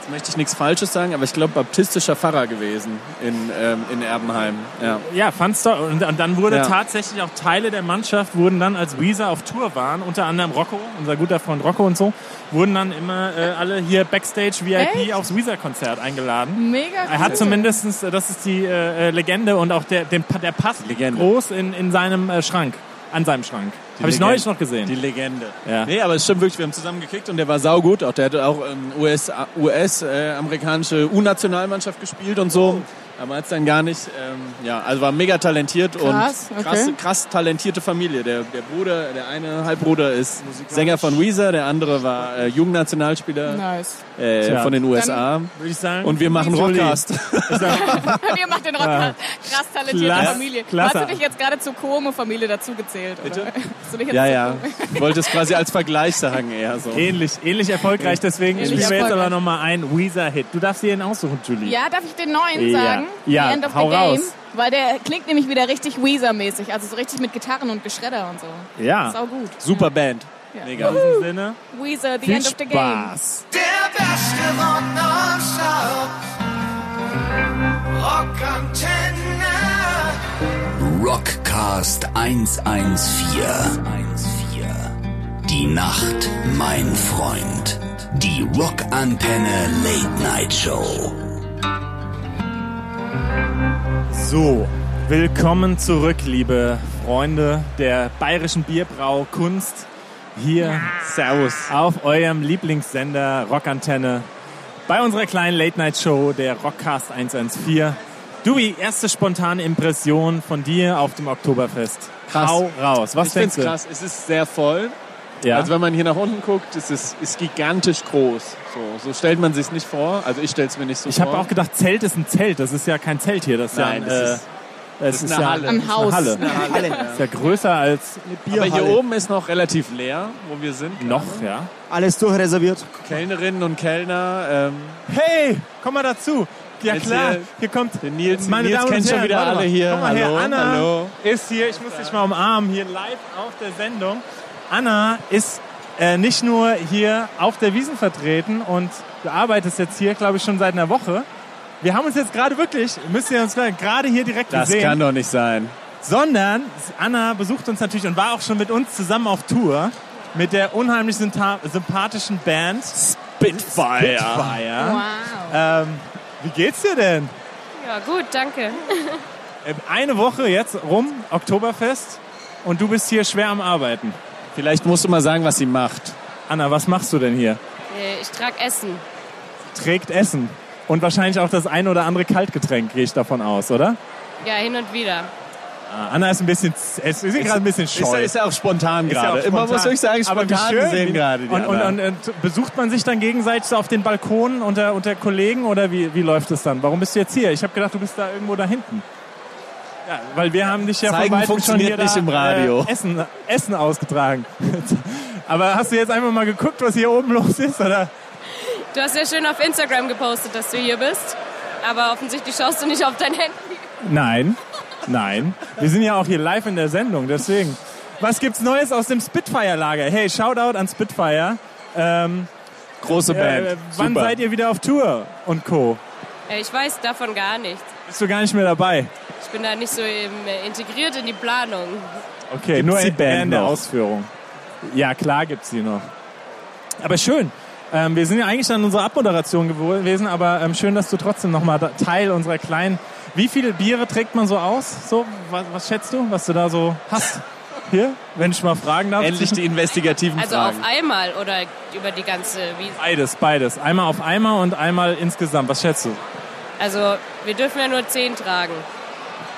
S3: jetzt möchte ich nichts Falsches sagen, aber ich glaube, baptistischer Pfarrer gewesen in, ähm, in Erbenheim. Ja.
S2: Ja, fand's toll. Und, und dann wurde
S3: Ja.
S2: tatsächlich auch Teile der Mannschaft wurden dann, als Weezer auf Tour waren, unter anderem Rocco, unser guter Freund Rocco und so, wurden dann immer äh, alle hier Backstage VIP
S7: Echt?
S2: aufs Weezer-Konzert eingeladen.
S7: Mega
S2: Er hat
S7: cool.
S2: zumindestens, äh, das ist die äh, äh, Legende und auch der, den, Pa- der Pass
S3: Legende.
S2: groß in, in seinem äh, Schrank, an seinem Schrank. Habe ich
S3: Legende.
S2: neulich noch gesehen.
S3: Die Legende.
S2: Ja.
S3: Nee, aber es stimmt wirklich, wir haben zusammen gekickt und der war saugut. Auch der hatte auch ähm, US, US äh, amerikanische U-Nationalmannschaft gespielt und so. Aber hat's dann gar nicht, ähm, ja, also war mega talentiert
S7: Krass,
S3: und
S7: okay.
S3: krass, krass talentierte Familie. Der, der Bruder, der eine Halbbruder ist Sänger von Weezer, der andere war äh, Jugendnationalspieler
S7: Nice. [LAUGHS]
S3: äh,
S2: Tja.
S3: von den USA.
S2: Würde ich sagen.
S3: und wir machen
S2: Julie.
S3: Rockcast.
S7: Ihr macht den Rock krass talentierte
S2: Klasse.
S7: Familie.
S2: Klasse.
S7: Hast du dich jetzt gerade zur Como-Familie dazugezählt? Bitte? [LAUGHS] Hast du dich jetzt
S3: ja,
S7: zur
S3: ja.
S7: Como-
S3: Ich [LAUGHS] wollte es quasi als Vergleich sagen eher so.
S2: Ähnlich, ähnlich erfolgreich, deswegen
S7: Ähnlich
S2: spielen wir jetzt
S7: erfolgreich.
S2: aber nochmal einen Weezer-Hit. Du darfst dir den aussuchen, Julie.
S7: Ja, darf ich den neuen
S2: Ja.
S7: sagen?
S2: Ja,
S7: The End of
S2: hau
S7: the Game.
S2: raus.
S7: Weil der klingt nämlich wieder richtig Weezer-mäßig. Also so richtig mit Gitarren und Geschredder und so. Ist
S2: ja.
S7: auch gut.
S3: Super Band.
S7: Ja.
S3: Mega.
S2: In diesem Sinne,
S7: Weezer, The
S2: viel
S7: End of the Game.
S2: Spaß.
S6: Der beste Rock nonstop. Rockantenne.
S1: Rockantenne. Rockcast 114. Die Nacht, mein Freund. Die Rockantenne Late Night Show.
S2: So, willkommen zurück, liebe Freunde der bayerischen Bierbraukunst. Hier
S3: Servus.
S2: auf eurem Lieblingssender Rockantenne bei unserer kleinen Late-Night-Show der Rockcast 114. Dubi, erste spontane Impression von dir auf dem Oktoberfest.
S3: Krass.
S2: Hau raus. Was
S3: ich
S2: denkst
S3: find's
S2: du?
S3: krass. Es ist sehr voll.
S2: Ja.
S3: Also wenn man hier nach unten guckt, ist es ist gigantisch groß. So, so stellt man sich's nicht vor. Also ich stell's mir nicht so
S2: ich
S3: vor.
S2: habe auch gedacht, Zelt ist ein Zelt. Das ist ja kein Zelt hier. Das ist
S3: Nein,
S2: ja
S3: das
S2: ein,
S3: ist-
S2: äh, es
S3: ist
S2: ist
S3: eine
S2: ja
S3: Halle.
S2: es
S7: Am
S2: ist
S7: Haus.
S2: Eine Halle.
S4: Alle.
S2: Ist ja größer als
S3: Aber hier
S4: Bierhalle.
S3: oben ist noch relativ leer, wo wir sind.
S2: noch, ja.
S4: Alles durchreserviert.
S3: Kellnerinnen und Kellner. Ähm,
S2: Hey, komm mal dazu. Ja
S3: Jetzt
S2: klar,
S3: hier-
S2: hier kommt
S3: den Nils-
S2: meine
S3: Nils
S2: Damen
S3: kennt
S2: und
S3: schon
S2: Herren,
S3: wieder
S2: warte mal.
S3: alle hier.
S2: Komm mal her,
S3: Hallo,
S2: Anna
S3: hallo.
S2: ist hier, ich muss dich mal umarmen, hier live auf der Sendung. Anna ist äh, nicht nur hier auf der Wiesen vertreten und du arbeitest jetzt hier, glaube ich, schon seit einer Woche. Wir haben uns jetzt gerade wirklich, müsst ihr uns gerade hier direkt
S3: das
S2: sehen,
S3: kann doch nicht sein.
S2: sondern Anna besucht uns natürlich und war auch schon mit uns zusammen auf Tour mit der unheimlich syntha- sympathischen Band
S3: Bitfire. Äh,
S2: Fire.
S8: Wow.
S2: Ähm, wie geht's dir denn?
S8: Ja, gut, danke.
S2: Äh, Eine Woche jetzt rum, Oktoberfest, und du bist hier schwer am Arbeiten.
S3: Vielleicht musst du mal sagen, was sie macht.
S2: Anna, was machst du denn hier?
S8: Äh, Ich trage Essen.
S2: Trägt Essen. Und wahrscheinlich auch das ein oder andere Kaltgetränk, gehe ich davon aus, oder?
S8: Ja, hin und wieder.
S2: Ah, Anna ist ein bisschen, es ist gerade ein bisschen scheu.
S3: Ist ja, ist ja auch spontan
S2: Ist ja auch
S3: gerade. Immer
S2: spontan.
S3: muss ich sagen,
S2: Aber wie
S3: spontan
S2: schön.
S3: sehen gerade die
S2: und, und,
S3: anderen.
S2: und, und besucht man sich dann gegenseitig so auf den Balkonen unter, unter Kollegen oder wie, wie läuft es dann? Warum bist du jetzt hier? Ich habe gedacht, du bist da irgendwo da hinten. Ja, weil wir haben dich ja
S3: Zeigen
S2: von weitem
S3: funktioniert
S2: schon hier
S3: nicht
S2: da,
S3: im Radio.
S2: Äh, Essen, Essen ausgetragen. [LAUGHS] Aber hast du jetzt einfach mal geguckt, was hier oben los ist? Oder?
S8: Du hast ja schön auf Instagram gepostet, dass du hier bist. Aber offensichtlich schaust du nicht auf dein Handy.
S2: Nein, nein. Wir sind ja auch hier live in der Sendung, deswegen. Was gibt's Neues aus dem Spitfire-Lager? Hey, Shoutout an Spitfire. Ähm,
S3: Große Band.
S2: äh, wann
S3: Super.
S2: seid ihr wieder auf Tour und Co.?
S8: Äh, Ich weiß davon gar nichts.
S2: Bist du gar nicht mehr dabei?
S8: Ich bin da nicht so im, äh, integriert in die Planung.
S2: Okay,
S3: Gibt's
S2: nur
S3: die
S2: in, eher
S3: Band
S2: in der
S3: noch?
S2: Ausführung. Ja, klar gibt's die noch. Aber schön. Ähm, wir sind ja eigentlich an unserer Abmoderation gewo- gewesen, aber ähm, schön, dass du trotzdem nochmal Teil unserer kleinen... Wie viele Biere trägt man so aus? So, was, was schätzt du, was du da so hast? Hier, wenn ich mal fragen darf.
S3: Endlich die investigativen
S8: Also
S3: Fragen.
S8: auf einmal oder über die ganze Wiese.
S2: Beides, beides. Einmal auf Eimer und einmal insgesamt. Was schätzt du?
S8: Also wir dürfen ja nur 10 tragen.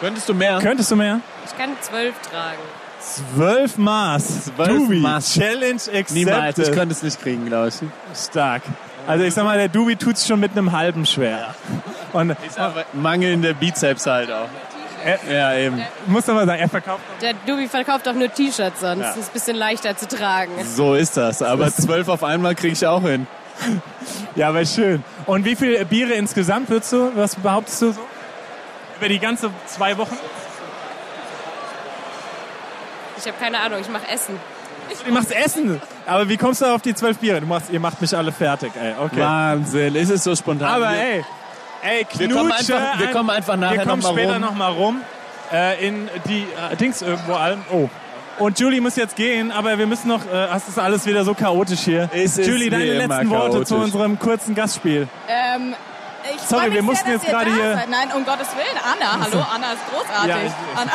S3: Könntest du mehr?
S2: Könntest du mehr?
S8: Ich kann 12 tragen.
S2: Zwölf Maß.
S3: Zwölf
S2: Dubi.
S3: Maß.
S2: Challenge accepted.
S3: Niemals. Ich könnte es nicht kriegen, glaube ich.
S2: Stark. Also ich sag mal, der Dubi tut's schon mit einem halben schwer. Und
S3: Ist aber mangelnde Bizeps halt auch. Ja, eben.
S2: ich muss aber sagen, er verkauft
S8: Der Dubi verkauft auch nur T-Shirts sonst. Das ist ein bisschen leichter zu tragen.
S3: So ist das. Aber zwölf auf einmal kriege ich auch hin.
S2: Ja, aber schön. Und wie viele Biere insgesamt würdest du, was behauptest du so? Über die ganze zwei Wochen?
S8: Ich habe keine Ahnung, ich mache Essen.
S2: Du machst Essen. Aber wie kommst du auf die zwölf Biere? Du machst, ihr macht mich alle fertig, ey. Okay.
S3: Wahnsinn. Ist es so spontan?
S2: Aber
S3: Wir-
S2: ey, ey,
S3: wir
S2: Knutsche.
S3: kommen einfach, wir
S2: ein-
S3: kommen einfach nachher
S2: Wir kommen
S3: noch mal
S2: später
S3: rum.
S2: nochmal rum. Äh, in die äh, Dings irgendwo allem. Oh. Und Julie muss jetzt gehen, aber wir müssen noch. Äh, es ist alles wieder so chaotisch hier.
S3: Es ist
S2: Julie,
S3: wie
S2: deine
S3: immer
S2: letzten Worte zu
S3: chaotisch.
S2: unserem kurzen Gastspiel.
S7: Ähm, ich freu
S2: Sorry,
S7: mich
S2: wir mussten
S7: sehr,
S2: jetzt
S7: dass ihr
S2: gerade
S7: da
S2: hier-
S7: seid. Nein, um Gottes Willen, Anna. Hallo, Anna ist großartig.
S2: Ja, ich- [LAUGHS]
S7: Anna.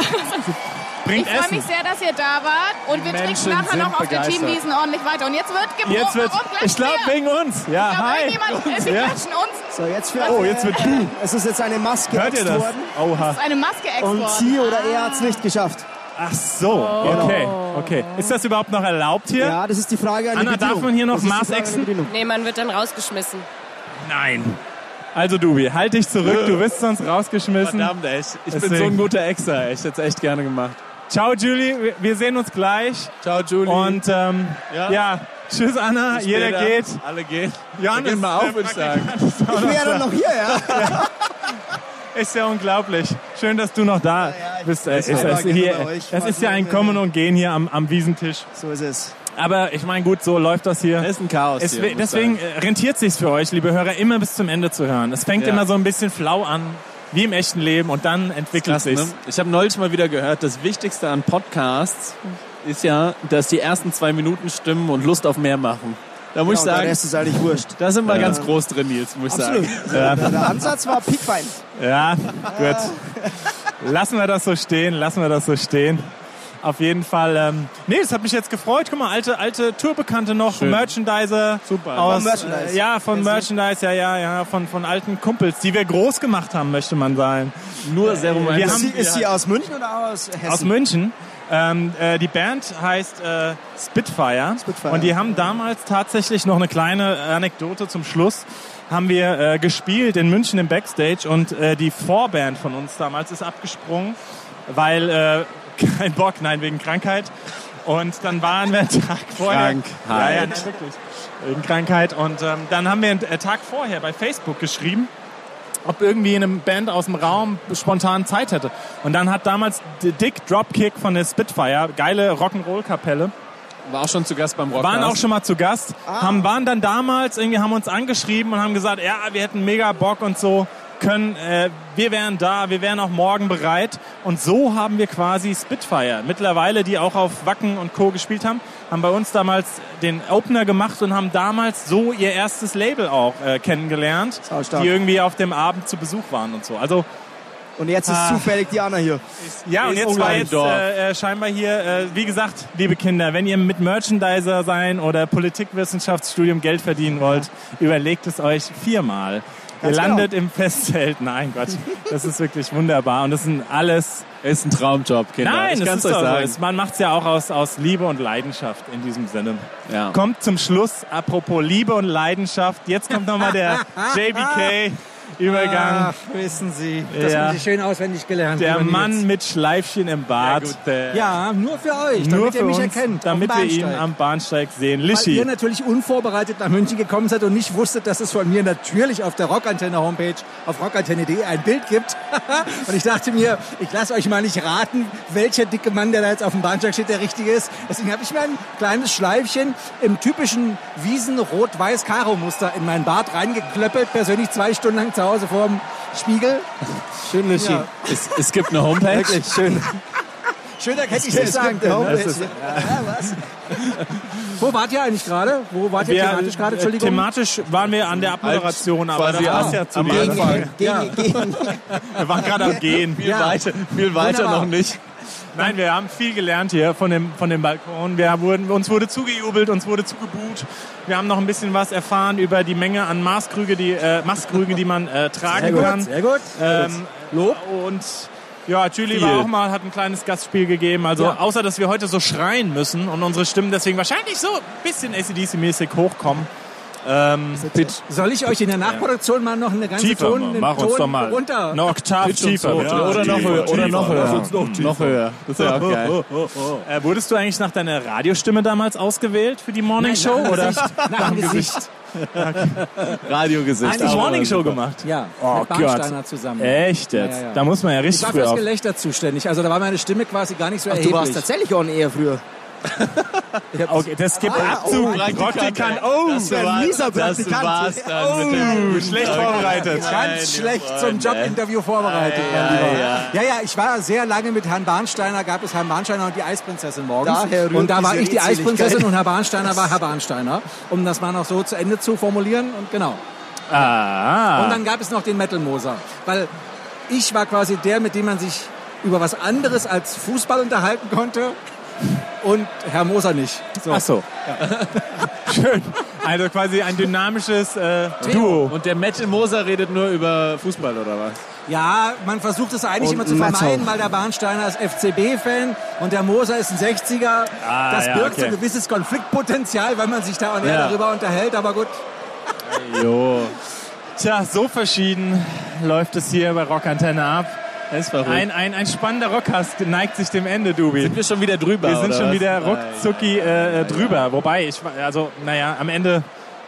S2: Bringt
S7: Ich freue
S2: Essen.
S7: mich sehr, dass ihr da wart und wir
S3: Menschen
S7: trinken nachher
S3: sind
S7: noch auf
S3: begeistert.
S7: den Teamwiesen ordentlich weiter. Und jetzt wird geprobt.
S2: jetzt wird.
S7: Warum
S2: Ich glaube wegen uns. Ja, hi.
S7: Jemand, äh, sie
S2: ja.
S7: klatschen uns.
S4: So, jetzt wird,
S2: Oh, jetzt wird du.
S4: Es ist jetzt eine Maske
S2: Hört ihr das?
S4: worden.
S2: Oha.
S7: Eine Maske
S4: Und
S7: export.
S4: sie oder er hat es nicht geschafft.
S2: Ach so. Okay, okay. Ist das überhaupt noch erlaubt hier?
S4: Ja, das ist die Frage an die
S2: Anna, darf
S4: Bedienung.
S2: man hier noch
S4: Das ist
S2: Maß
S4: die Frage an die
S2: exen?
S4: Bedienung.
S8: Nee, man wird dann rausgeschmissen.
S2: Nein. Also Dubi, halt dich zurück. Du wirst sonst rausgeschmissen.
S3: Verdammt, ey. Ich ich bin
S2: Deswegen.
S3: so ein guter Exer. ey. Ich hätte es echt gerne gemacht.
S2: Ciao Julie, Wir- wir sehen uns gleich.
S3: Ciao, Julie.
S2: Und ähm, ja.
S3: Ja.
S2: tschüss Anna,
S3: Bis
S2: jeder
S3: später.
S2: geht.
S3: Alle gehen.
S2: Johannes,
S3: Wir gehen mal
S2: äh,
S3: auf, würde ich sagen.
S4: Ich wäre dann noch hier, ja.
S2: Ist ja unglaublich. Schön, dass du noch da
S4: ja, ich-
S2: bist. Äh,
S4: ich
S2: ist,
S4: war
S2: ist,
S4: gerne
S2: hier,
S4: bei euch.
S2: das
S4: War
S2: ist ja
S4: so
S2: ein
S4: nett.
S2: Kommen und Gehen hier am, am Wiesentisch.
S4: So ist es.
S2: Aber ich meine, gut, so läuft das hier.
S3: Das ist ein Chaos
S2: Es,
S3: hier,
S2: we-
S3: muss
S2: deswegen äh, rentiert sich's für euch, liebe Hörer, immer bis zum Ende zu hören. Es fängt
S3: Ja.
S2: immer so ein bisschen flau an. wie im echten Leben und dann entwickelt
S3: Krass,
S2: sich's.
S3: ne? Ich habe neulich mal wieder gehört, das Wichtigste an Podcasts ist ja, dass die ersten zwei Minuten stimmen und Lust auf mehr machen. Da muss
S4: der
S3: ich
S4: Rest
S3: sagen,
S4: ist eigentlich wurscht.
S3: da sind wir ganz groß drin, Nils, muss ich
S4: Absolut.
S3: sagen.
S4: Der, der Ansatz war piekfein.
S2: Ja, gut. Lassen wir das so stehen, lassen wir das so stehen. Auf jeden Fall. Ähm, nee, das hat mich jetzt gefreut. Guck mal, alte, alte Tourbekannte noch, Merchandiser.
S3: Super.
S2: Aus,
S4: Von Merchandise.
S2: Äh, ja, von Merchandise, ja, ja, ja, von, von alten Kumpels, die wir groß gemacht haben, möchte man sagen.
S3: Nur Serum
S2: Wir
S4: Ist
S2: haben-
S4: sie, ist sie aus München oder aus Hessen?
S2: Aus München. Ähm, äh, die Band heißt äh, Spitfire.
S4: Spitfire.
S2: Und die haben damals tatsächlich noch eine kleine Anekdote zum Schluss. Haben wir äh, gespielt in München im Backstage und äh, die Vorband von uns damals ist abgesprungen, weil äh, [LAUGHS] kein Bock, nein, wegen Krankheit. Und dann waren wir einen Tag vorher.
S3: Krankheit.
S2: Ja, ja, nein, wirklich. Wegen Krankheit. Und ähm, dann haben wir einen äh, Tag vorher bei Facebook geschrieben, ob irgendwie eine Band aus dem Raum spontan Zeit hätte. Und dann hat damals D- Dick Dropkick von der Spitfire, geile Rock'n'Roll-Kapelle,
S3: War auch schon zu Gast beim Rockcast.
S2: waren auch schon mal zu Gast, haben, waren dann damals, irgendwie haben uns angeschrieben und haben gesagt, ja, wir hätten mega Bock und so, können, äh, wir wären da, wir wären auch morgen bereit. Und so haben wir quasi Spitfire, mittlerweile, die auch auf Wacken und Co. gespielt haben, haben bei uns damals den Opener gemacht und haben damals so ihr erstes Label auch äh, kennengelernt,
S4: Saustark.
S2: die irgendwie auf dem Abend zu Besuch waren und so. Also
S4: Und jetzt ist
S2: Ah.
S4: zufällig Diana hier.
S2: ja, und
S3: Ist
S2: jetzt war jetzt
S3: unglaublich.
S2: äh, äh, scheinbar hier, äh, wie gesagt, liebe Kinder, wenn ihr mit Merchandiser sein oder Politikwissenschaftsstudium Geld verdienen wollt, überlegt es euch viermal.
S4: Ganz
S2: ihr
S4: genau.
S2: landet im Festzelt. Nein, Gott, das ist wirklich wunderbar. Und das sind alles...
S3: Ist ein Traumjob, Kinder.
S2: Nein,
S3: ich
S2: das ist
S3: kann's euch
S2: doch so.
S3: sagen.
S2: Es- Man macht es ja auch aus, aus Liebe und Leidenschaft in diesem Sinne.
S3: Ja.
S2: Kommt zum Schluss, apropos Liebe und Leidenschaft. Jetzt kommt nochmal der JBK-Übergang.
S5: Ach, wissen Sie. Das
S2: Ja.
S5: haben Sie schön auswendig gelernt.
S2: Der
S5: Ah, lieber Nils.
S2: Mann mit Schleifchen im Bart.
S3: gut,
S5: Ja, nur für euch, damit
S2: Nur
S5: ihr
S2: für
S5: mich
S2: uns,
S5: erkennt.
S2: Damit
S5: auf
S2: wir
S5: dem
S2: ihn
S5: Bahnsteig.
S2: am Bahnsteig sehen.
S5: Weil ihr
S2: Lischi,
S5: natürlich unvorbereitet nach München gekommen seid und nicht wusstet, dass es von mir natürlich auf der Rockantenne-Homepage auf rockantenne.de ein Bild gibt. [LAUGHS] und ich dachte mir, ich lasse euch mal nicht raten, welcher dicke Mann, der da jetzt auf dem Bahnsteig steht, der richtige ist. Deswegen habe ich mir ein kleines Schleifchen im typischen Wiesen-Rot-Weiß-Karo-Muster in meinen Bart reingeklöppelt, persönlich zwei Stunden lang zu Hause vorm Spiegel. Schön, Lischi. Ja,
S3: [LAUGHS] Es, es gibt eine Homepage.
S5: wirklich, schön. Schöner hätte ich es nicht sagen können. ne? Ja, was? Wo wart ihr eigentlich gerade? Wo wart ihr
S2: wir, äh,
S5: thematisch gerade? Entschuldigung.
S2: thematisch waren wir an der Abmoderation, aber das
S3: quasi
S2: passt
S3: am-
S2: ja zu
S3: am
S2: dir.
S3: Anfang.
S5: Ja.
S2: Wir waren gerade
S3: [LAUGHS]
S2: am Gehen.
S3: Viel weiter, viel weiter
S5: Wunderbar.
S3: noch nicht.
S2: Nein, wir haben viel gelernt hier von dem, von dem Balkon. Wir wurden, uns wurde zugejubelt, uns wurde zugebuht. Wir haben noch ein bisschen was erfahren über die Menge an Maßkrüge, die, äh, Maßkrüge, die man äh, tragen
S5: Sehr gut,
S2: kann.
S5: sehr gut.
S2: Ähm,
S5: Lob.
S2: Und ja, Julie war auch mal, hat ein kleines Gastspiel gegeben. Also
S5: Ja.
S2: außer, dass wir heute so schreien müssen und unsere Stimmen deswegen wahrscheinlich so ein bisschen ACDC-mäßig hochkommen. Ähm,
S3: Pitch.
S5: Soll ich euch in der Nachproduktion mal noch eine ganze
S2: tiefer,
S5: Ton, einen
S2: mach uns
S5: Ton
S2: doch mal.
S5: runter?
S2: Eine Oktave
S3: Pitch und
S2: tiefer.
S3: so.
S2: bitte.
S3: oder noch höher. Oder noch höher.
S2: Lass uns noch
S3: Noch höher. Das wäre auch geil.
S2: Äh, wurdest du eigentlich nach deiner Radiostimme damals ausgewählt für die Morning Show?
S5: nach dem
S2: oder?
S5: Gesicht, nach dem Gesicht.
S3: Radiogesicht.
S2: Hast du die
S3: auch.
S2: Morning Show gemacht?
S5: Ja,
S2: Oh
S5: mit Barnsteiner
S2: Gott.
S5: zusammen.
S2: Echt jetzt?
S5: Ja, ja, ja.
S2: Da muss man ja
S5: Ich
S2: richtig
S5: war
S2: früh
S5: fürs
S2: auf.
S5: Gelächter zuständig. Also da war meine Stimme quasi gar nicht so
S4: Du warst
S5: erheblich.
S4: tatsächlich on air
S5: [LAUGHS]
S4: früher.
S2: Okay, das gibt
S5: Ah,
S2: Abzug.
S5: oh,
S2: Praktikant. Oh,
S3: Das
S4: ein
S3: war's-
S4: mieser
S3: Das
S4: Praktikant.
S3: war's dann mit dem guten
S2: schlecht
S3: Tag.
S2: vorbereitet.
S3: Nein, ihr
S5: Ganz schlecht zum
S3: Freunde.
S5: Jobinterview vorbereitet. mein
S3: ja,
S5: Lieber. ja, ja, ich war sehr lange mit Herrn Barnsteiner, gab es Herrn Barnsteiner und die Eisprinzessin morgens.
S4: Daher rührt
S5: und da war
S4: diese
S5: ich die
S4: Redseligkeit.
S5: Eisprinzessin und Herr Barnsteiner war Herr Barnsteiner, um das mal noch so zu Ende zu formulieren. Und genau.
S2: Ah.
S5: Und dann gab es noch den Metal Moser, weil ich war quasi der, mit dem man sich über was anderes als Fußball unterhalten konnte und Herr Moser nicht. So.
S2: Ach
S5: [LAUGHS]
S2: so. Schön. Also quasi ein dynamisches äh, Duo.
S3: Und der Metal Moser redet nur über Fußball oder was?
S5: Ja, man versucht es eigentlich
S4: Und
S5: immer zu
S4: Metal.
S5: vermeiden, weil der Bahnsteiner ist FCB-Fan und der Moser ist ein 60er.
S2: Ah,
S5: das
S2: ja,
S5: birgt so
S2: okay.
S5: ein gewisses Konfliktpotenzial, weil man sich da und
S3: Ja.
S5: darüber unterhält, aber gut.
S3: Jo.
S2: Tja, so verschieden läuft es hier bei Rockantenne ab.
S3: Das ist verrückt.
S2: Ein, ein, ein spannender Rockcast neigt sich dem Ende, Dubi.
S3: sind wir schon wieder drüber.
S2: Wir sind
S3: oder
S2: schon
S3: was?
S2: wieder
S3: Nein.
S2: ruckzucki äh, äh, drüber. Wobei, ich, wa- also, naja, am Ende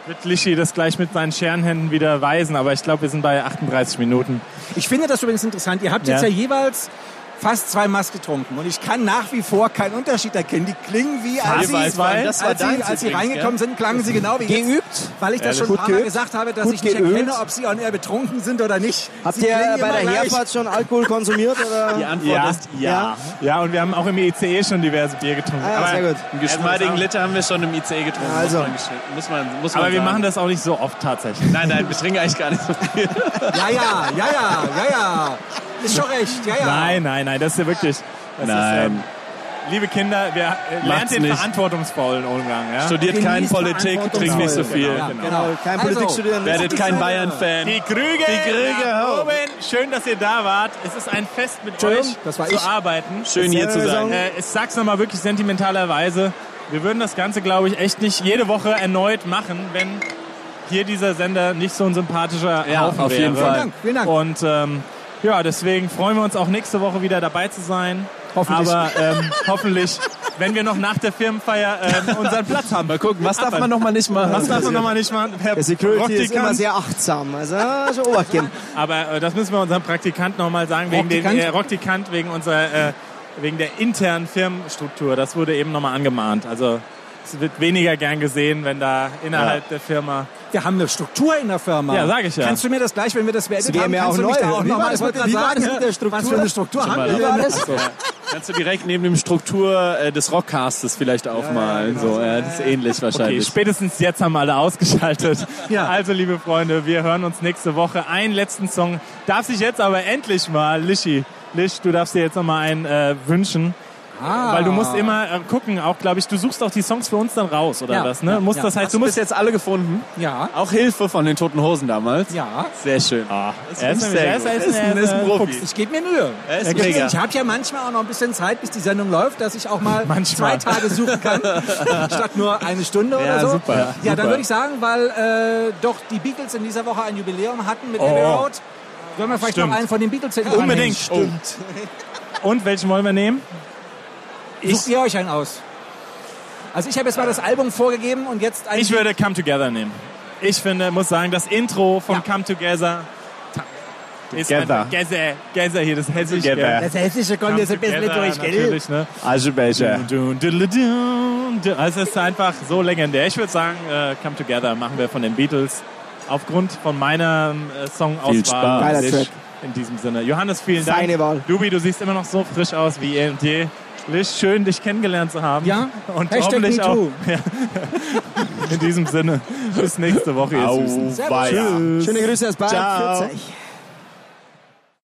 S2: wird Lischi das gleich mit seinen Scherenhänden wieder weisen, aber ich glaube, wir sind bei 38 Minuten.
S5: Ich finde das übrigens interessant. Ihr habt
S2: Ja.
S5: jetzt ja jeweils fast zwei Maß getrunken und ich kann nach wie vor keinen Unterschied erkennen. Die klingen wie, als sie,
S2: Jeweils waren
S5: als
S2: das-
S3: war
S5: sie,
S3: deins
S5: als sie
S3: übrigens,
S5: reingekommen sind, klangen sie genau wie
S4: Geübt?
S5: jetzt. Weil ich das
S2: Ehrlich?
S5: schon ein
S4: Gut
S5: paar Mal
S4: geübt?
S5: gesagt habe, dass
S4: Gut
S5: ich nicht
S4: geübt?
S5: erkenne, ob sie on air betrunken sind oder nicht.
S4: Habt
S5: Sie
S4: ihr
S5: klingen
S4: bei der
S5: immer gleich.
S4: Herfahrt schon Alkohol konsumiert? Oder?
S3: Die Antwort
S2: Ja,
S3: ist
S2: ja. Ja, und wir haben auch im ICE schon diverse Bier getrunken.
S4: Ah, ja,
S2: aber,
S4: sehr gut.
S3: Einen geschmeidigen Liter haben wir schon im ICE getrunken.
S4: Also.
S3: Muss man, gesch- muss man, muss man
S2: aber wir
S3: sagen.
S2: machen das auch nicht so oft tatsächlich.
S3: Nein, nein, wir trinken eigentlich gar nicht so viel.
S5: Ja, ja, ja, ja, ja, ja. Ist schon recht, ja, ja.
S2: Nein, nein, nein, das ist ja wirklich. Das Ist, ähm,
S3: Nein.
S2: liebe Kinder, wir, äh, lernt
S3: Macht's
S2: den
S3: nicht.
S2: verantwortungsvollen Umgang. Ja?
S3: Studiert
S5: Genießt
S3: keine Politik, trinkt nicht so
S5: verantwortungsvoll.
S3: viel.
S5: Ja,
S2: genau.
S5: genau.
S4: Kein
S5: Also,
S4: Politikstudieren.
S3: Werdet kein Bayern-Fan.
S2: Die Krüge,
S3: Die Krüge
S2: nach
S3: hoch.
S2: oben. Schön, dass ihr da wart. Es ist ein Fest mit
S5: Entschuldigung,
S2: euch
S5: das war
S2: zu
S5: ich.
S2: arbeiten.
S3: Schön hier zu sein.
S2: Äh, ich sag's nochmal wirklich sentimentalerweise. Wir würden das Ganze, glaube ich, echt nicht jede Woche erneut machen, wenn hier dieser Sender nicht so ein sympathischer
S3: Ja,
S2: Haufen
S3: auf
S2: wäre.
S3: jeden Fall.
S5: Vielen Dank,
S2: Und ähm, ja, deswegen freuen wir uns auch nächste Woche wieder dabei zu sein.
S5: Hoffentlich.
S2: Aber ähm, hoffentlich, wenn wir noch nach der Firmenfeier ähm, unseren Platz haben.
S3: Mal gucken, was darf man nochmal nicht machen?
S2: Was darf man nochmal nicht machen? Herr
S4: Der Security ist
S2: Praktikant?
S4: immer sehr achtsam. Also, äh, schon Obacht geben.
S2: Aber äh, das müssen wir unserem Praktikant nochmal sagen, wegen den
S5: Rockdikant?
S2: äh, Rockdikant, wegen unserer äh, wegen der internen Firmenstruktur. Das wurde eben nochmal angemahnt. Also es wird weniger gern gesehen, wenn da innerhalb der Firma.
S5: Wir haben eine Struktur in der Firma.
S2: Ja, sag ich ja.
S5: Kannst du mir das gleich, wenn wir das beendet
S4: Sie wäre
S5: haben,
S4: mir
S5: kannst
S4: auch
S5: du mich
S4: neu.
S5: da auch
S4: Wie war
S5: nochmal
S4: das mit-
S5: was
S4: wie war
S5: sagen,
S4: das mit der
S5: Was für eine Struktur haben wir
S4: Wie war das?
S3: Kannst du direkt neben dem Struktur äh, des Rockcastes vielleicht auch mal so, ja, genau. das ist ähnlich
S2: Okay,
S3: wahrscheinlich.
S2: spätestens jetzt haben alle ausgeschaltet.
S5: [LAUGHS] Ja.
S2: Also liebe Freunde, wir hören uns nächste Woche. Einen letzten Song darf sich jetzt aber endlich mal, Lischi, Lisch, du darfst dir jetzt nochmal einen äh, wünschen.
S4: Ah.
S2: Weil du
S5: Ah.
S2: musst immer äh, gucken, auch glaube ich, du suchst auch die Songs für uns dann raus oder
S5: Ja.
S2: was, ne?
S5: Ja.
S2: Musst
S5: Ja. Also,
S2: das heißt, du
S3: Du bist
S2: musst
S3: jetzt alle gefunden.
S5: Ja,
S3: Auch Hilfe von den Toten Hosen damals.
S5: ja. Äh,
S3: Sehr schön.
S2: Er ist nämlich- er ist- er ist- er Äh, ist ein Äh, Fuchs.
S5: Ich gebe mir Mühe.
S3: Er ist
S5: Ich geb mir-
S3: mega.
S5: Ich habe ja manchmal auch noch ein bisschen Zeit, bis die Sendung läuft, dass ich auch mal
S2: Manchmal.
S5: zwei Tage suchen kann,
S2: [LAUGHS]
S5: statt nur eine Stunde
S3: Ja,
S5: oder so.
S3: super.
S5: ja, dann
S3: Super.
S5: würde ich sagen, weil äh, doch die Beatles in dieser Woche ein Jubiläum hatten mit
S2: Oh.
S5: Abbey Road. Wollen wir vielleicht
S2: Stimmt.
S5: noch einen von den Beatles hinten
S2: Unbedingt.
S5: dranhängen?
S2: Ah, Stimmt. Und welchen wollen wir nehmen?
S5: Sucht ihr euch einen aus? Also ich habe jetzt mal das Album vorgegeben und jetzt ein
S2: Ich würde Come Together nehmen. Ich finde, muss sagen, das Intro von
S5: Ja.
S2: Come Together ist
S3: Together.
S2: einfach Gäse, Gäse hier, das hessische.
S3: Together.
S2: gell?
S5: Das Hessische kommt
S2: Come
S5: jetzt ein bisschen
S2: Together
S5: durch, gell?
S2: natürlich, ne?
S3: Also, Aschebecher.
S2: Dun, dun, dun, dun, dun. Also es ist einfach so legendär. Ich würde sagen, äh, Come Together machen wir von den Beatles. Aufgrund von meiner äh,
S3: Viel Spaß.
S2: Songauswahl.
S4: Geiler
S2: Lisch,
S4: Track.
S2: In diesem Sinne. Johannes, vielen Dank.
S4: Feine Wahl.
S2: Dubi, du siehst immer noch so frisch aus wie eh und je. Lisch, schön, dich kennengelernt zu haben.
S5: Ja,
S2: und
S5: Hashtag
S2: hoffentlich
S5: Me
S2: auch
S5: Too.
S2: in diesem Sinne. Bis nächste Woche, ihr Süßen.
S5: Servus.
S4: Schöne Grüße aus Bayern. 40.